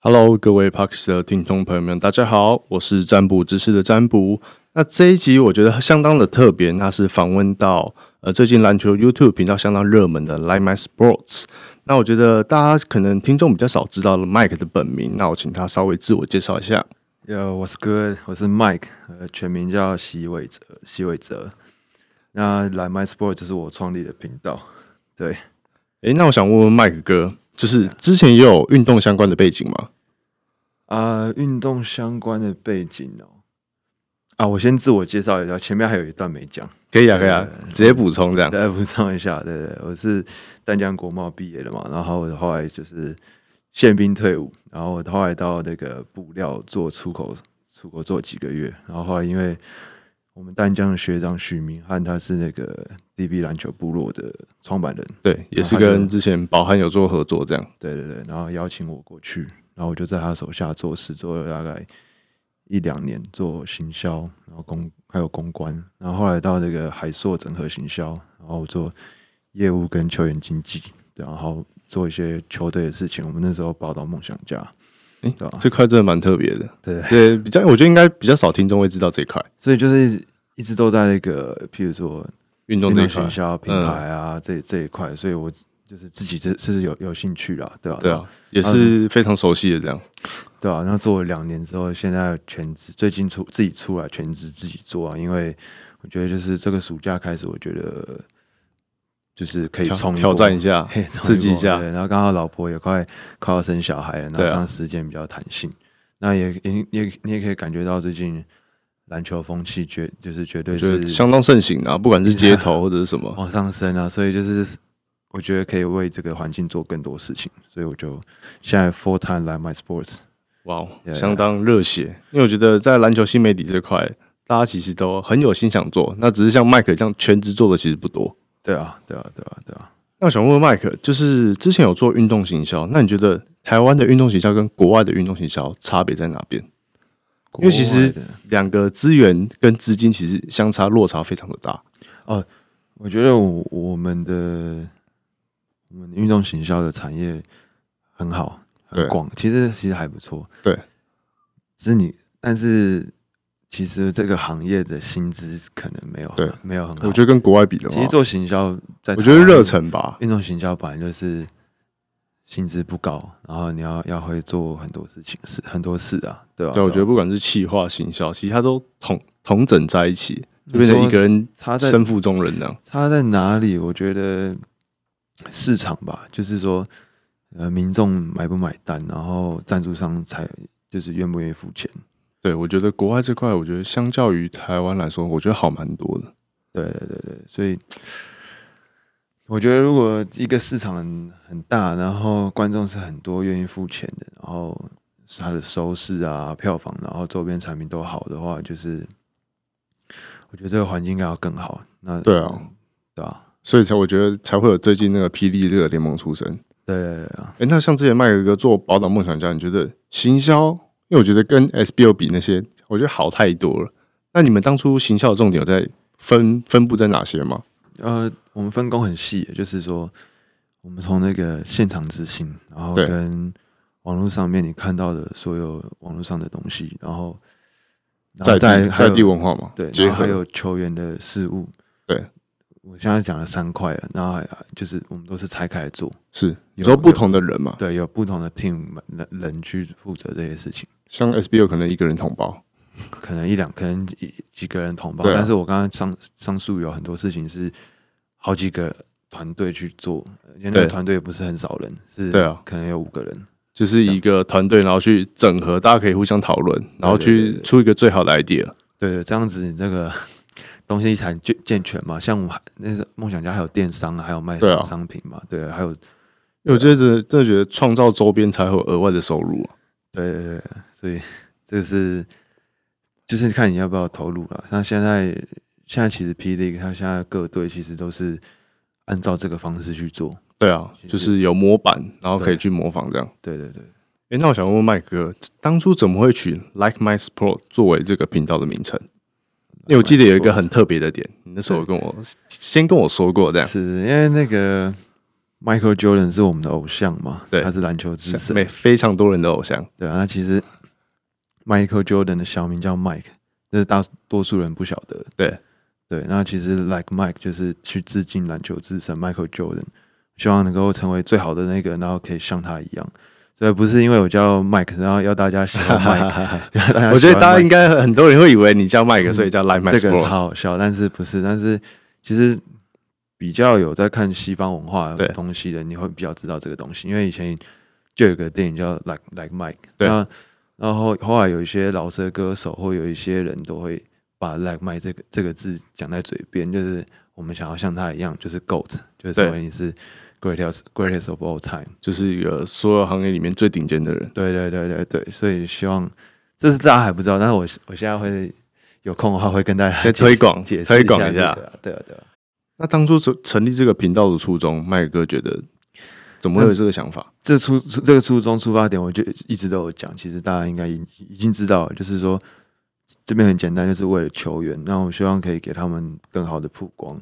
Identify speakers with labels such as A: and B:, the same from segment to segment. A: Hello，各位 Parks 的听众朋友们，大家好，我是占卜知识的占卜。那这一集我觉得相当的特别，那是访问到呃最近篮球 YouTube 频道相当热门的 Like My Sports。那我觉得大家可能听众比较少知道了 Mike 的本名，那我请他稍微自我介绍一下。
B: 呃，我是 Good，我是 Mike，呃，全名叫席伟哲，席伟哲。那来 My Sport 就是我创立的频道，对，
A: 诶，那我想问问 Mike 哥，就是之前也有运动相关的背景吗？
B: 啊、运动相关的背景哦。啊，我先自我介绍一下，前面还有一段没讲，
A: 可以啊，可以啊，直接补充这样。
B: 来补充一下，对对，对我是淡江国贸毕业的嘛，然后我后来就是宪兵退伍，然后我后来到那个布料做出口，出口做几个月，然后后来因为我们淡江的学长许明翰，他是那个 DB 篮球部落的创办人，
A: 对，也是
B: 那他就
A: 跟之前宝汉有做合作这样。
B: 对对对，然后邀请我过去，然后我就在他手下做事，做了大概一两年，做行销，然后公还有公关，然后后来到那个海硕整合行销，然后做业务跟球员经济，对然后做一些球队的事情。我们那时候报道梦想家，
A: 诶
B: 对吧？
A: 这块真的蛮特别的，
B: 对，
A: 这比较，我觉得应该比较少听众会知道这一块
B: 所以就是一直都在那个，譬如说
A: 运动
B: 运
A: 这一
B: 动
A: 块嗯
B: 行。销、品牌啊、这这一块，所以我就是自己这这是有有兴趣啦，对吧、
A: 对啊，也是非常熟悉的这样。
B: 对啊，那做了两年之后，现在全职，最近出自己出来全职自己做啊，因为我觉得就是这个暑假开始，我觉得就是可以
A: 挑
B: 冲
A: 挑 战一下
B: 可以冲
A: 刺激
B: 波
A: 一下
B: 对，然后刚好老婆也快快要生小孩了，然后
A: 对啊
B: 这样时间比较弹性，那也也也你也可以感觉到最近篮球风气绝就是绝对
A: 就是是相当盛行 啊，不管是街头或者是什么，
B: 往上升啊，所以就是我觉得可以为这个环境做更多事情，所以我就现在 full time 来 my sports。
A: 哇哦，
B: Yeah,
A: 相当热血。因为我觉得在篮球新媒体这块，大家其实都很有心想做，那只是像麦克这样全职做的其实不多。
B: 对啊，对啊，对啊，对啊。
A: 那我想问问麦克，就是之前有做运动行销，那你觉得台湾的运动行销跟国外的运动行销差别在哪边？因为其实
B: 国外的
A: 两个资源跟资金其实相差落差非常的大。
B: 我觉得我我们的我们运动行销的产业很好，
A: 对
B: 很广，其实其实还不错。
A: 对，
B: 只是你，但是其实这个行业的薪资可能没有
A: 对
B: 没有很好。
A: 我觉得跟国外比的话，
B: 啊其实做行销在台湾，
A: 我觉得热忱啊吧，
B: 运动行销本来就是薪资不高，然后你要要会做很多事情，是很多事啊，对吧、
A: 对，我
B: 啊
A: 觉得不管是企划、行销，其实它都统统整在一起，就
B: 你
A: 变成一
B: 说
A: 个人
B: 差在
A: 身负重任那样。
B: 差在哪里？我觉得市场吧，就是说，呃，民众买不买单，然后赞助商才就是愿不愿意付钱。
A: 对，我觉得国外这块，我觉得相较于台湾来说，我觉得好蛮多的。
B: 对对对对，所以我觉得如果一个市场很很大，然后观众是很多愿意付钱的，然后是它的收视啊、票房，然后周边产品都好的话，就是我觉得这个环境应该要更好。那
A: 对啊，
B: 对啊，
A: 所以才我觉得才会有最近那个霹雳这个联盟出身。
B: 对对对对啊。
A: 诶，那像之前麦格哥做宝岛梦想家，你觉得行销？因为我觉得跟 SBO 比那些，我觉得好太多了。那你们当初行销的重点有在分分布在哪些吗？
B: 呃，我们分工很细，就是说，我们从那个现场执行，然后
A: 对
B: 跟网络上面你看到的所有网络上的东西，然后然后
A: 在
B: 再
A: 地
B: 还
A: 在
B: 有
A: 地文化嘛，
B: 对，
A: 结
B: 然后
A: 合
B: 还有球员的事物，
A: 对。
B: 我现在讲了三块了，然后还就是我们都是拆开来做，
A: 是你
B: 有
A: 说不同的人嘛，
B: 对，有不同的 team 人人去负责这些事情，
A: 像 SBO 可能一个人统包，
B: 可能一两，可能几几个人同胞，
A: 对啊
B: 但是我刚刚上上述有很多事情是好几个团队去做，因为那
A: 对
B: 个团队也不是很少人，是
A: 对啊，
B: 可能有五个人，
A: 就是一个团队，然后去整合，大家可以互相讨论，然后
B: 对对
A: 去
B: 对对
A: 出一个最好的 idea。
B: 对对，这样子你那个 东西才健健全嘛。像我们还那是梦想家还有电商，还有卖
A: 对啊
B: 商品嘛，对，还有
A: 因为我觉得真的真的觉得创造周边才会有额外的收入啊、
B: 对对对，所以这个是就是看你要不要投入了。像现在现在其实 P League 它现在各队其实都是按照这个方式去做，
A: 对啊，
B: 是
A: 就是有模板，然后可以
B: 对
A: 去模仿这样。
B: 对对对。
A: 诶，那我想问问麦哥，当初怎么会取 Like My Sport 作为这个频道的名称？因为我记得有一个很特别的点，你那时候有跟我先跟我说过这样。
B: 是因为那个 Michael Jordan 是我们的偶像嘛，
A: 对
B: 他是篮球之神，
A: 美非常多人的偶 像，
B: 对啊，那其实 Michael Jordan 的小名叫 Mike，这是大多数人不晓得。
A: 对
B: 对，那其实 Like Mike 就是去致敬篮球之神 Michael Jordan，希望能够成为最好的那个，然后可以像他一样。所以不是因为我叫 Mike，然后要大家喜 欢 Mike，
A: 我觉得大家应
B: 该
A: 该很多人会以为你叫麦克，所以叫 Line m a
B: 这个超
A: Sport。
B: 好笑，但是不是？但是其实比较有在看西方文化
A: 对
B: 的东西的，你会比较知道这个东西，因为以前就有个电影叫《Like Like Mike》，
A: 对
B: 那然后后来有一些饶舌歌手或有一些人都会把 “like Mike” 这个这个字讲在嘴边，就是我们想要像他一样，就是 “goat”，就是
A: 对
B: 成为你是 greatest greatest of all time。
A: 就是一个所有行业里面最顶尖的人。
B: 对对对对对，所以希望这是大家还不知道，但是我我现在会有空的话会跟大家
A: 先
B: 解释
A: 推广
B: 解释
A: 推广一
B: 一
A: 下
B: 这个啊对啊对啊。
A: 那当初成成立这个频道的初衷，麦哥觉得怎么会有这个想法？
B: 这初这个初衷出发点，我就一直都有讲，其实大家应该已已经知道了，就是说这边很简单，就是为了球员，那我们希望可以给他们更好的曝光，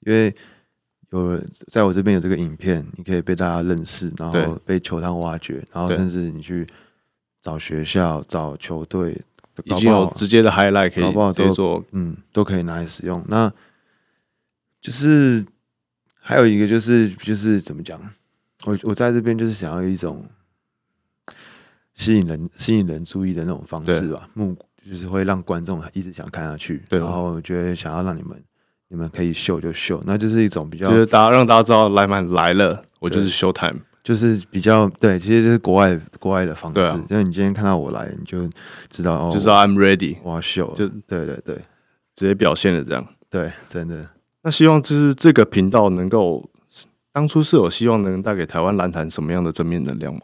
B: 因为有了在我这边有这个影片，你可以被大家认识，然
A: 对
B: 后被球探挖掘，然后
A: 对
B: 甚至你去找学校、找球队，
A: 已
B: 搞
A: 经
B: 不好
A: 有直接的 highlight 可
B: 搞不好
A: 以
B: 都
A: 直接做，
B: 嗯，都可以拿来使用。那就是还有一个就是就是怎么讲，我我在这边就是想要一种吸引人吸引人注意的那种方式吧，目就是会让观众一直想看下去，
A: 对
B: 然后觉得想要让你们你们可以秀就秀，那就是一种比较
A: 就是大家让大家知道 Line m a 来了，我就是
B: 对
A: show time。
B: 就是比较对，其实就是国外国外的方式，
A: 对啊
B: 就是你今天看到我来，你就知道哦，
A: 就知道 I'm ready，
B: 我要秀了，
A: 就
B: 对对对
A: 直接表现了这样。
B: 对，真的。
A: 那希望就是这个频道能够，当初是有希望能带给台湾篮坛什么样的正面能量吗？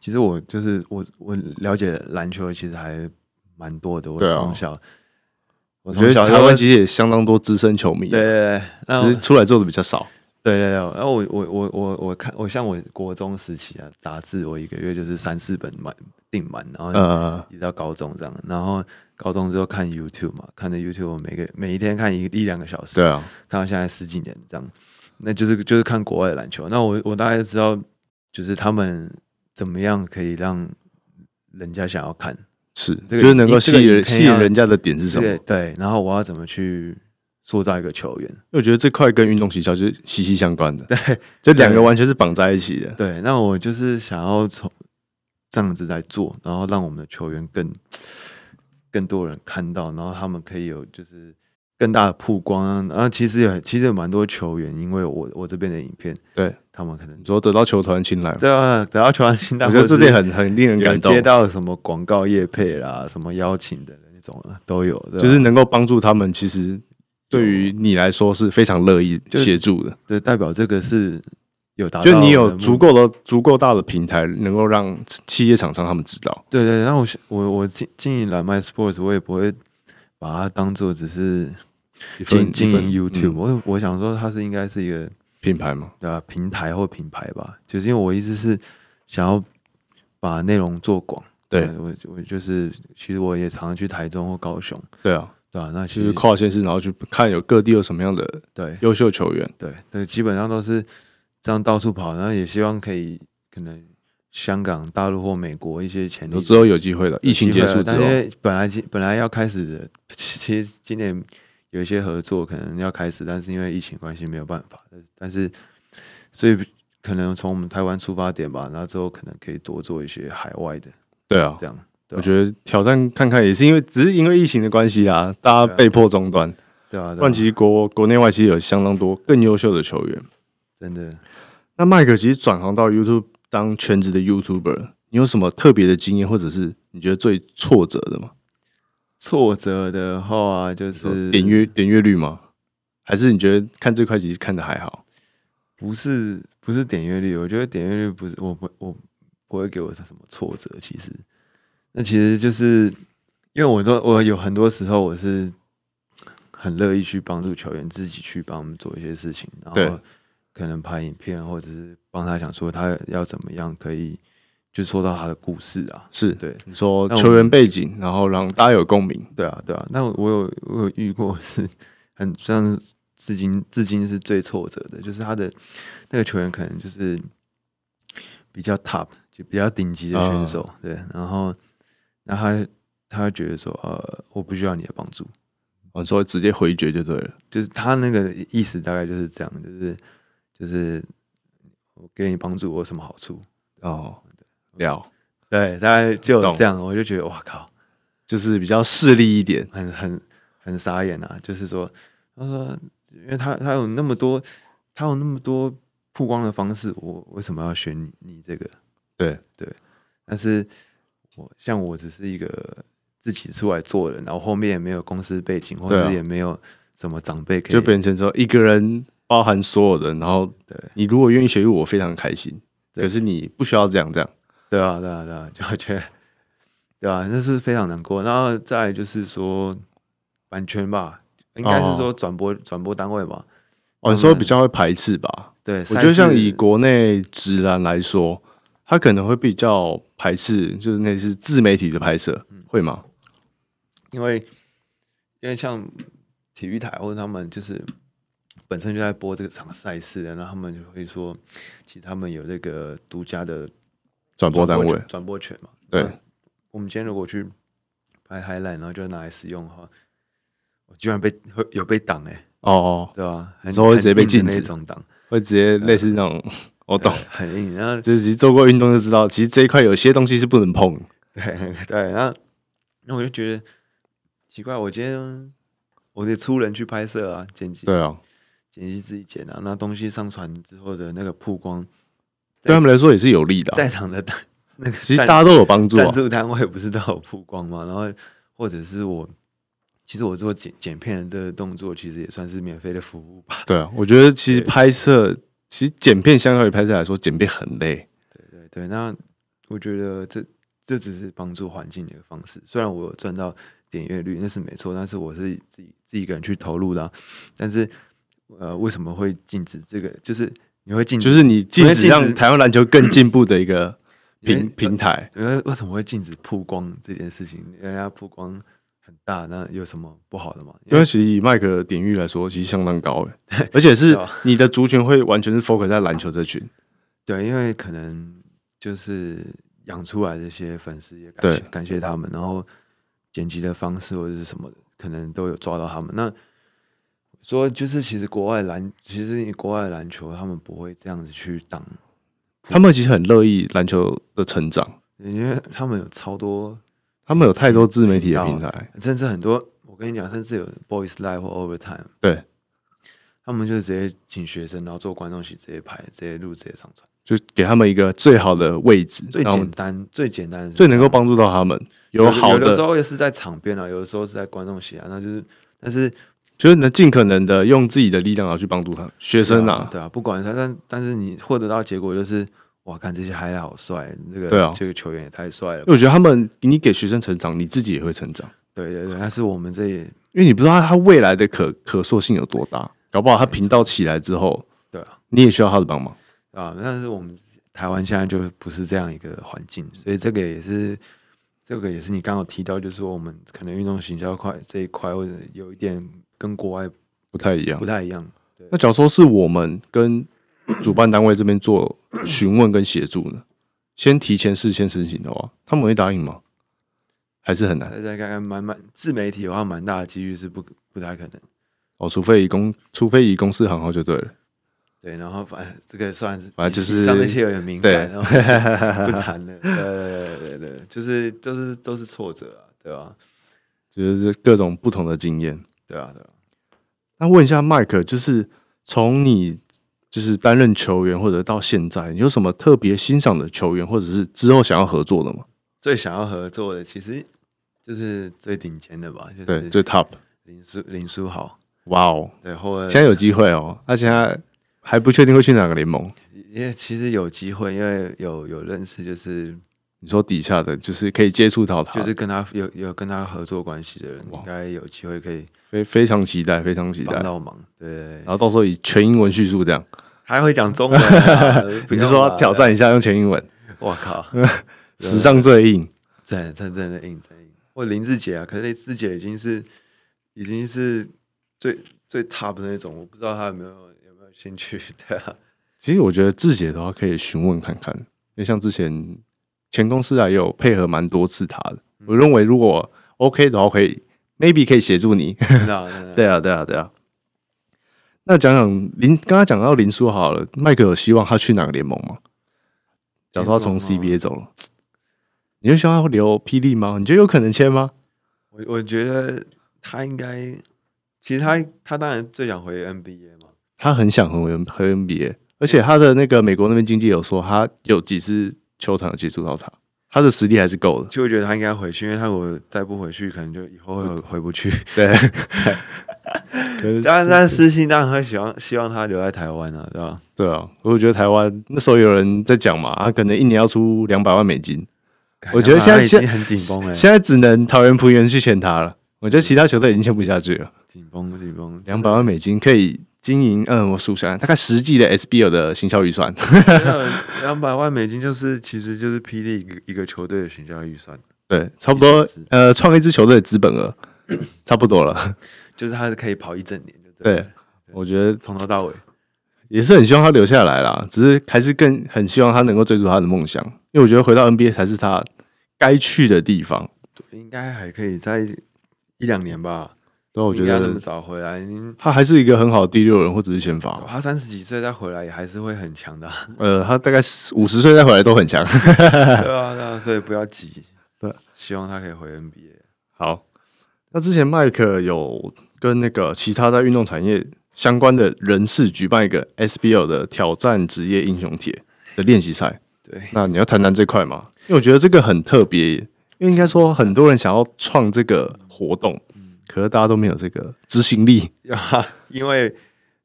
B: 其实我就是我，我了解篮球其实还蛮多的。我
A: 对啊
B: 从小，
A: 我
B: 我
A: 觉
B: 从
A: 得
B: 小
A: 台湾
B: 就
A: 其实也相当多资深球迷，
B: 对对对，然后
A: 只是出来做的比较少。
B: 对对对，然后我我我我我看我像我国中时期啊，杂志我一个月就是三四本满订满，然后
A: 呃，
B: 一直到高中这样，然后高中之后看 YouTube 嘛，看着 YouTube 我每个每一天看一一两个小时，
A: 对啊，
B: 看到现在十几年这样，那就是就是看国外的篮球。那我我大概知道，就是他们怎么样可以让人家想要看。
A: 是，
B: 这个
A: 就是能够
B: 这
A: 吸
B: 个
A: 引
B: 影
A: 人
B: 片
A: 吸引
B: 要
A: 人家的点是什么？
B: 对对，然后我要怎么去塑造一个球员？
A: 因为我觉得这块跟运动行销就是息息相关的，
B: 对
A: 这两个完全是绑在一起的。
B: 对，那我就是想要从这样子来做，然后让我们的球员更更多人看到，然后他们可以有就是更大的曝光啊。然后其实也其实有蛮多球员，因为我我这边的影片，
A: 对
B: 他们可能
A: 你说得到球团青睐，
B: 对啊，得到球员心，
A: 我
B: 但
A: 觉得
B: 或
A: 这
B: 是
A: 点很很令人
B: 有
A: 感动
B: 接，到什么广告业配啦，什么邀请的那种啊，都有，对吧
A: 就是能够帮助他们，其实对于你来说是非常乐意协助的。
B: 这代表这个是有达到
A: 就你
B: 我
A: 有
B: 的目
A: 足够的足够大的平台，能够让企业厂商他们知道。
B: 对对，然后我是我我经经营蓝麦 Sports，我也不会把它当做只是
A: 一
B: 经
A: 份
B: 经
A: 一份
B: 营 YouTube，、
A: 嗯
B: 我我想说它是应该是一个
A: 品牌嘛，
B: 呃平台或品牌吧，就是因为我一直是想要把内容做广。
A: 对
B: 呃我我就是其实我也常常去台中或高雄，
A: 对啊，
B: 对吧、那其
A: 就
B: 实
A: 是跨县市，然后去看有各地有什么样的
B: 对
A: 优秀球员。
B: 对对，基本上都是这样到处跑，然后也希望可以可能香港、大陆或美国一些潜力
A: 我之后有机会的，疫情结束之
B: 但
A: 后
B: 因，为本来今本来要开始的，其其实今年有一些合作可能要开始，但是因为疫情关系没有办法。但是所以可能从我们台湾出发点吧，然后之后可能可以多做一些海外的
A: 对啊，
B: 这样。对啊
A: 我觉得挑战看看也是因为只是因为疫情的关系啊，大家
B: 对啊
A: 被迫终端。
B: 对啊，
A: 不然其
B: 对啊
A: 实国国内外其实有相当多更优秀的球员。
B: 真的。
A: 那麦克其实转行到 YouTube 当全职的 YouTuber，你有什么特别的经验，或者是你觉得最挫折的吗？
B: 挫折的话就是
A: 点阅点阅率吗？还是你觉得看这块其实看的还好？
B: 不是不是点阅率，我觉得点阅率不是我不我不会给我什么挫折。其实，那其实就是因为我都我有很多时候我是很乐意去帮助球员，自己去帮他们做一些事情，然
A: 对
B: 后可能拍影片或者是帮他想说他要怎么样可以就说到他的故事啊，
A: 是
B: 对
A: 你说
B: 那我
A: 球员背景，然后让大家有共鸣，
B: 对啊对啊。那我有我有遇过是很像至今至今是最挫折的，就是他的那个球员可能就是比较 top 就比较顶级的选手，对，然后那他他会觉得说，呃，我不需要你的帮助，
A: 我哦说直接回绝就对了。
B: 就是他那个意思大概就是这样，就是就是我给你帮助，我有什么好处？
A: 哦，了，
B: 对，大概就
A: 懂
B: 这样，我就觉得哇靠，
A: 就是比较势利一点。
B: 很很很傻眼啊！就是说，他说，因为他他有那么多，他有那么多曝光的方式，我为什么要选你你这个？
A: 对，
B: 但是我像我只是一个自己出来做的人，然后后面也没有公司背景，或
A: 对啊
B: 者也没有什么长辈可以，
A: 就变成说一个人包含所有人，然后
B: 对
A: 你如果愿意协助我，非常开心。
B: 对
A: 可是你不需要这样这样。
B: 对啊，对啊，对啊，就我觉得，对啊，那是非常难过。然后再来就是说版权吧，应该
A: 哦
B: 是说转播、转播单位吧，
A: 哦，你说比较会排斥吧？
B: 对，
A: 我
B: 赛
A: 觉得像
B: 事
A: 以国内直男来说，他可能会比较排斥，就是那是自媒体的拍摄，
B: 嗯
A: 会吗？
B: 因为因为像体育台或者他们就是本身就在播这个场赛事的，然后他们就会说，其实他们有那个独家的
A: 转播单
B: 权
A: 位，
B: 转播嗯权嘛。
A: 对
B: 那我们今天如果去拍 highlight，然后就拿来使用的话，我居然被会有被挡哎、
A: 哦，
B: 对吧、很
A: 所以会直接被
B: 很硬
A: 禁
B: 的
A: 止
B: 那种挡，
A: 会直接类似那种，我懂。
B: 对很硬。然 后
A: 就是其实做过运动就知道，其实这一块有些东西是不能碰的。
B: 对对，然后那我就觉得奇怪，我今天我得出人去拍摄啊，剪辑
A: 对啊，
B: 剪辑自己剪啊，那东西上传之后的那个曝光，
A: 对他们来说也是有利的啊、
B: 在场的那个
A: 其实
B: 赞
A: 大家都有帮助啊
B: 赞。助单位不是都有曝光吗？然后或者是我，其实我做剪剪片的这个动作，其实也算是免费的服务吧。
A: 对啊，我觉得其实拍摄，其实剪片相较于拍摄来说，剪片很累。
B: 对对对，那我觉得这这只是帮助环境的一个方式。虽然我有赚到点阅率，那是没错，但是我是自己自己一个人去投入的啊、但是呃，为什么会禁止这个？就是你会禁止，
A: 就是你禁
B: 我觉得禁
A: 止
B: 止
A: 让台湾篮球更进步的一个
B: 因为
A: 平平台。
B: 因为为什么会禁止曝光这件事情？人家曝光很大，那有什么不好的吗？
A: 因为其实以麦克点域来说，其实相当高诶，而且是
B: 对嗯啊
A: 你的族群会完全是 focus 在篮球这群。
B: 对，因为可能就是养出来这些粉丝也感
A: 对
B: 谢感谢他们，然后剪辑的方式或者是什么的，可能都有抓到他们。那说就是其实国外篮，其实你国外篮球他们不会这样子去挡，
A: 他们其实很乐意篮球的成长，
B: 因为他们有超多，
A: 他们有太多自媒体的平
B: 频
A: 台。
B: 甚至很多。我跟你讲，甚至有 Boys Live 或 Overtime，
A: 对，
B: 他们就直接请学生，然后做观众席，直接拍，直接录，直接上传，
A: 就给他们一个最好的位置，
B: 最
A: 然后
B: 简单，最简单的是
A: 最能
B: 这
A: 够
B: 样
A: 帮助到他们。有
B: 的
A: 好
B: 有时候也是在场边啊，有的时候是在观众席啊，那就是，但是
A: 就是能尽可能的用自己的力量啊去帮助他学生
B: 对
A: 啊
B: 啊，，对啊，不管他，但但是你获得到结果就是，哇，看这些嗨好帅，这个
A: 对啊
B: 这个球员也太帅了
A: 因，为我觉得他们你给学生成长，你自己也会成长，
B: 对对对，但是我们这也
A: 因为你不知道他未来的可可塑性有多大，搞不好他频道起来之后，
B: 对啊
A: 你也需要他的帮忙。
B: 啊，但是我们台湾现在就不是这样一个环境，所以这个也是。这个也是你刚好提到，就是说我们可能运动行销块这一块，或者有一点跟国外
A: 不太一样
B: 不。太一样。
A: 那假如说是我们跟主办单位这边做询问跟协助呢，先提前事先申请的话，他们会答应吗？还是很难
B: 大家看看，蛮蛮自媒体的话，蛮大的几率是不不太可能。
A: 哦，除非以公，除非以公司行号就对了。
B: 对，然后反正这个算是，
A: 反正就是
B: 上那些有点敏
A: 对
B: 感，然后 不谈了。对对对对对，就是都是都是挫折啊，对吧、
A: 就是各种不同的经验。
B: 对啊对啊，
A: 那问一下麦克，就是从你就是担任球员或者到现在，你有什么特别欣赏的球员，或者是之后想要合作的吗？
B: 最想要合作的其实就是最顶尖的吧，就
A: 对，
B: 是
A: 最 top，
B: 林书林书豪，
A: 哇哦，
B: 对，或
A: 现在有机会哦，那现在还不确定会去哪个联盟。
B: 因为其实有机会，因为有有认识，就是
A: 你说底下的就是可以接触到他，
B: 就是跟他有有跟他合作关系的人，
A: 啊哇
B: 应该有机会可以
A: 非非常期待，非常期待。
B: 帮
A: 然
B: 到忙。对，
A: 后到时候以全英文叙述这样，
B: 还会讲中文啊，不
A: 你就
B: 用
A: 说
B: 啦
A: 挑战一下用全英文，
B: 我靠，
A: 史上最硬。
B: 真真真的硬真硬。或林志杰啊，可是林志杰已经是已经是最最 top 的那种，我不知道他有没有有没有兴趣。 对啊，
A: 其实我觉得自己的话可以询问看看，因为像之前前公司啊也有配合蛮多次他的，
B: 嗯
A: 我认为如果 OK 的话，可以 maybe 可以协助 你。
B: 真的啊真的啊
A: 对啊，对啊，对啊。那讲讲林，刚刚讲到林书好了，麦克有希望他去哪个联盟吗？假如说他从
B: 联盟吗啊
A: CBA 走了，你会希望他留霹雳吗？你觉得有可能签吗？
B: 我我觉得他应该，其实他他当然最想回 NBA 嘛，
A: 他很想回回 NBA，而且他的那个美国那边经纪有说，他有几次球场有接触到他，他的实力还是够的。
B: 就会觉得他应该回去，因为他如果再不回去，可能就以后会回不去。
A: 对，可是
B: 但但私心当然会希望希望他留在台湾啊，对吧？
A: 对啊，我觉得台湾那时候有人在讲嘛，啊他可能一年要出两百万美金，我觉得现在
B: 已经很紧绷了，
A: 现在只能桃园璞园去签他了。我觉得其他球队已经签不下去了。
B: 紧绷紧绷，
A: 两百万美金可以经营，嗯，我数下来，大概十 G 的 SBL 的行销预 算。
B: 两百万美金就是其实就是霹雳一个一个球队的选项预算，
A: 对，差不多，呃，创一支球队的资本 额差不多了。
B: 就是他是可以跑一整年，就对了
A: 对，我觉得
B: 从头到尾。
A: 也是很希望他留下来啦，只是还是更很希望他能够追逐他的梦想，因为我觉得回到 NBA 才是他该去的地方。
B: 应该还可以在一两年吧。
A: 对啊，我觉
B: 应该这么
A: 得
B: 早回来，您
A: 他还是一个很好的第六人或者是先发。
B: 他三十几岁再回来也还是会很强 的啊、
A: 呃，他大概五十岁再回来都很 强。
B: 对啊，对啊，所以不要急。
A: 对，
B: 希望他可以回 NBA。
A: 好，那之前麦克有跟那个其他在运动产业相关的人士举办一个 SBL 的挑战职业英雄帖的练习赛，
B: 对，
A: 那你要谈谈这块吗？因为我觉得这个很特别，因为应该说很多人想要创这个活动，可是大家都没有这个执行力，
B: 啊因为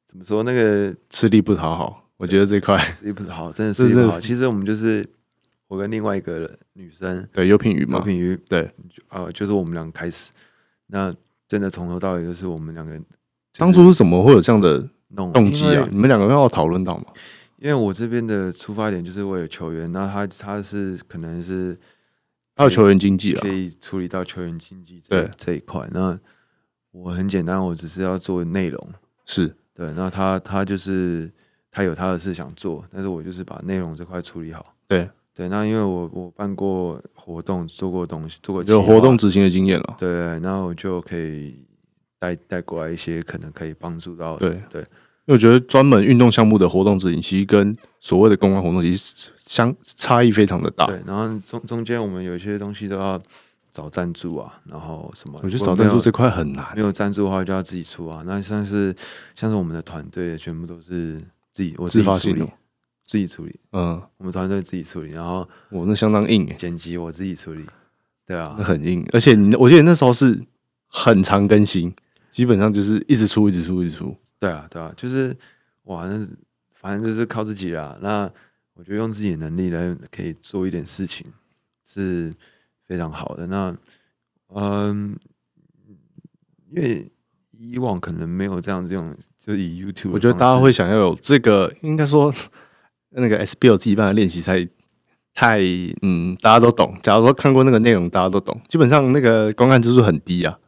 B: 怎么说那个
A: 吃力不讨好。我觉得这块
B: 也不是好，真的
A: 这
B: 是不
A: 是
B: 好。其实我们就是我跟另外一个女生
A: 对有品语
B: 毛
A: 嘛，
B: 品瑜，
A: 啊对，
B: 呃，就是我们俩开始。那真的从头到尾就是我们两个人就是
A: 当初是怎么会有这样的
B: 弄
A: 动机
B: 因
A: 啊
B: 为？
A: 你们两个要讨论到吗？
B: 因为我这边的出发点就是为了球员，那他他是可能是
A: 还有球员经济啊
B: 可，以处理到球员经济这
A: 对
B: 这一块。那我很简单，我只是要做内容。
A: 是
B: 对，那他他就是他有他的事想做，但是我就是把内容这块处理好。
A: 对
B: 对，那因为我我办过活动，做过东西，做过
A: 有
B: 企划
A: 活动，执行的经验了，
B: 对对，那我就可以带带过来一些可能可以帮助到
A: 对
B: 哦对
A: 因为我觉得专门运动项目的活动指引，其实跟所谓的公关活动其实相差异非常的大。
B: 对，然后中中间我们有一些东西都要找赞助啊，然后什么，
A: 我觉得找赞助这块很难
B: 没，有赞助的话就要自己出啊。那像是像是我们的团队全部都是自己我
A: 自
B: 自己
A: 发
B: 处
A: 性
B: 理
A: 的，。
B: 自己处理，
A: 嗯，
B: 我们团队自己处理，然后
A: 我那相当硬、欸，
B: 剪辑我自己处理，对啊
A: 那，很硬。而且你，我记得那时候是很常更新，基本上就是一直出，一直出，一直出。
B: 对啊，对啊，就是哇，那反正就是靠自己啦。那我觉得用自己的能力来可以做一点事情是非常好的。那嗯，因为以往可能没有这样这种，就以 YouTube，的
A: 我觉得大家
B: 方式
A: 会想要有这个，应该说 那个 SBL 自己办的练习赛。太嗯，大家都懂。假如说看过那个内容，大家都懂。基本上那个观看之数很低啊，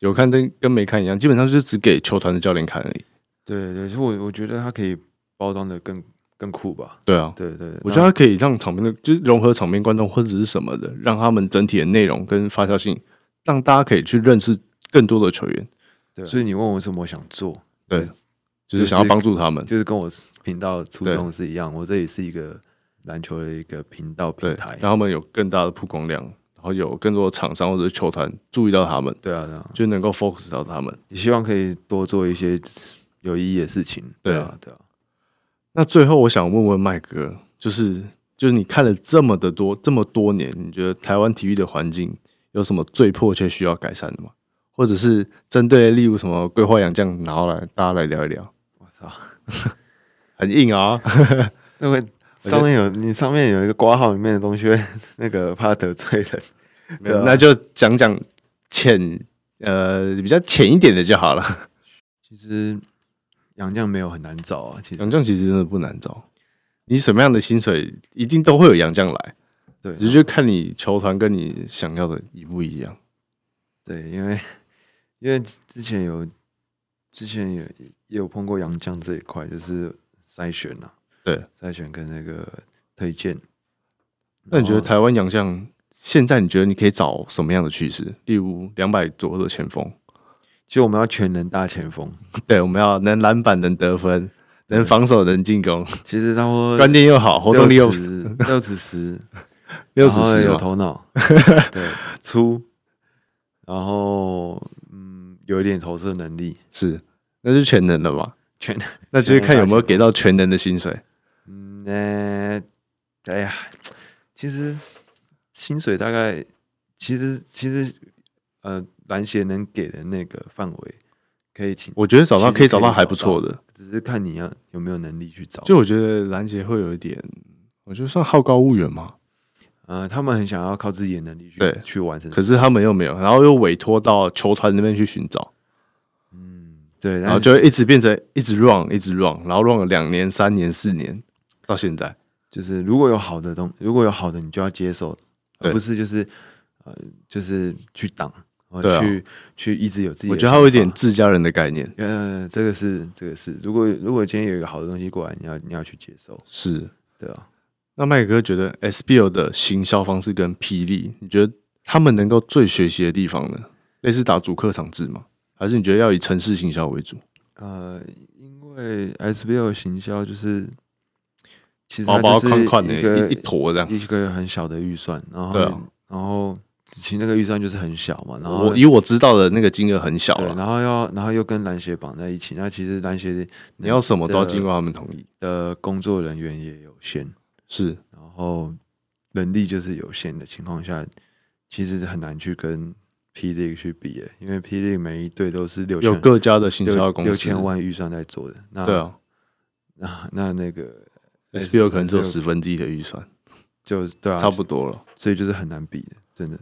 A: 有看跟跟没看一样。基本上就是只给球团的教练看而已。
B: 对对，就我我觉得它可以包装的更更酷吧。
A: 对啊，
B: 对对，
A: 我觉得它可以让场边的，就是融合场边观众或者是什么的，让他们整体的内容跟发酵性，让大家可以去认识更多的球员，
B: 得，所以你问我什么想做，
A: 就是想要帮助他们。
B: 就是跟我频道初衷是一样。我这里是一个篮球的一个频道
A: 对，
B: 平台
A: 让，他们有更大的曝光量，然后有更多的厂商或者是球团注意到他们，
B: 对啊，对啊，
A: 就能够 focus 到他们。
B: 也希望可以多做一些有意义的事情。
A: 对
B: 对啊，对啊，
A: 那最后我想问问麦哥，就是就是你看了这么的多这么多年，你觉得台湾体育的环境有什么最迫切需要改善的吗？或者是针对例如什么规划洋将，然后来大家来聊一聊，
B: 我操，
A: 很硬啊。
B: 那个上面有你上面有一个挂号里面的东西，会那个怕得罪人。
A: 没有
B: 对啊
A: 那就讲讲浅呃比较浅一点的就好了。
B: 其实杨绛没有很难找啊，其
A: 杨
B: 实
A: 绛其实真的不难找，你什么样的薪水一定都会有杨绛来，
B: 对
A: 只是就看你球团跟你想要的一不一样。
B: 对，因为因为之前有之前也也有碰过杨绛这一块，就是筛选啊，
A: 对，
B: 筛选跟那个推荐。
A: 那你觉得
B: 然后
A: 台湾洋将现在你觉得你可以找什么样的趋势？例如两百左右的前锋，
B: 其实我们要全能大前锋，
A: 对，我们要能篮板能得分，能防守能进攻，
B: 其实他们
A: 关键又好，活动力又
B: 六 尺六尺十，
A: 六十
B: 然后
A: 四
B: 有
A: 嘛，
B: 头脑，对，粗，然后嗯，有一点投射能力，
A: 是，那就是全能了嘛。
B: 全
A: 那就是看有没有
B: 全
A: 给
B: 能大前锋
A: 到全能的薪水。
B: 嗯，呃哎呀，其实薪水大概，其实其实呃，篮协能给的那个范围可以请，
A: 我觉得找到
B: 其实
A: 可以找
B: 可以
A: 到还
B: 找
A: 不错的，
B: 只是看你要有没有能力去找。
A: 就我觉得篮协会有一点，我觉得算好高骛远嘛。
B: 呃，他们很想要靠自己的能力去
A: 对
B: 去完成，
A: 可是他们又没有，然后又委托到球团那边去寻找，
B: 嗯，对，
A: 然后
B: 但
A: 就是会一直变成一直 run，一直 run，然后 run 了两年、三年、四年，到现在。
B: 就是如果有好的东，如果有好的，你就要接受，而
A: 对
B: 不是就是呃，就是去挡，呃
A: 对啊
B: 去去一直有自己的想法。
A: 我觉得他有一点自家人的概念，
B: 呃，这个是这个是，如果如果今天有一个好的东西过来，你要你要去接受，
A: 是。
B: 对啊，
A: 那麦哥觉得 SBL 的行销方式跟霹雳，你觉得他们能够最学习的地方呢？类似打主客场制吗？还是你觉得要以城市行销为主？
B: 呃，因为 SBL 行销就是其实
A: 包
B: 它
A: 包
B: 就是
A: 宽宽的，
B: 欸一个
A: 一一坨这样。
B: 一个很小的预算，然后、
A: 对啊
B: 然后其实那个预算就是很小嘛，然后
A: 我以我知道的那个金额很小啊
B: 对，
A: 了，
B: 然后要然后又跟篮协绑在一起，那其实篮协
A: 你要什么都要
B: 的
A: 经过他们同意。
B: 的工作人员也有限，
A: 是，
B: 然后能力就是有限的情况下，其实很难去跟 P League 去比耶，因为 P League 每一队都是六
A: 有
B: 千
A: 各家的行销
B: 六
A: 公司，
B: 六千万预算在做的。那
A: 对啊
B: 那那那个
A: ，SBL 可能只有
B: SBL
A: 十分之一的预算，
B: 就对啊，
A: 差不多了。
B: 所以就是很难比的，真的。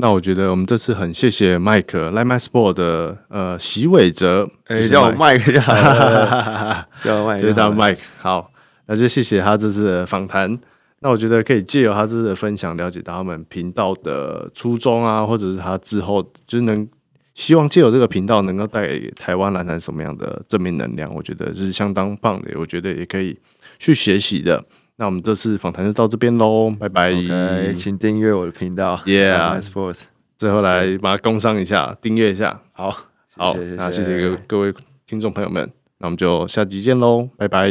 A: 那我觉得我们这次很谢谢麦克 Line My Sport 的呃席伟哲，就是
B: 哎叫我
A: Mike 哎
B: 麦克就好了， 叫我麦克，
A: 就是他 Mike。好，那就谢谢他这次的访谈。那我觉得可以借由他这次的分享，了解到他们频道的初衷啊，或者是他之后就是能希望借由这个频道能够带给台湾篮坛什么样的正面能量，我觉得是相当棒的，我觉得也可以去学习的。那我们这次访谈就到这边喽，拜拜。
B: OK，请订阅我的频道
A: Yeah
B: Sports。
A: 最后来把它工商一下，订阅一下。
B: 好，
A: 好，那谢谢各各位听众朋友们，那我们就下集见喽，拜拜。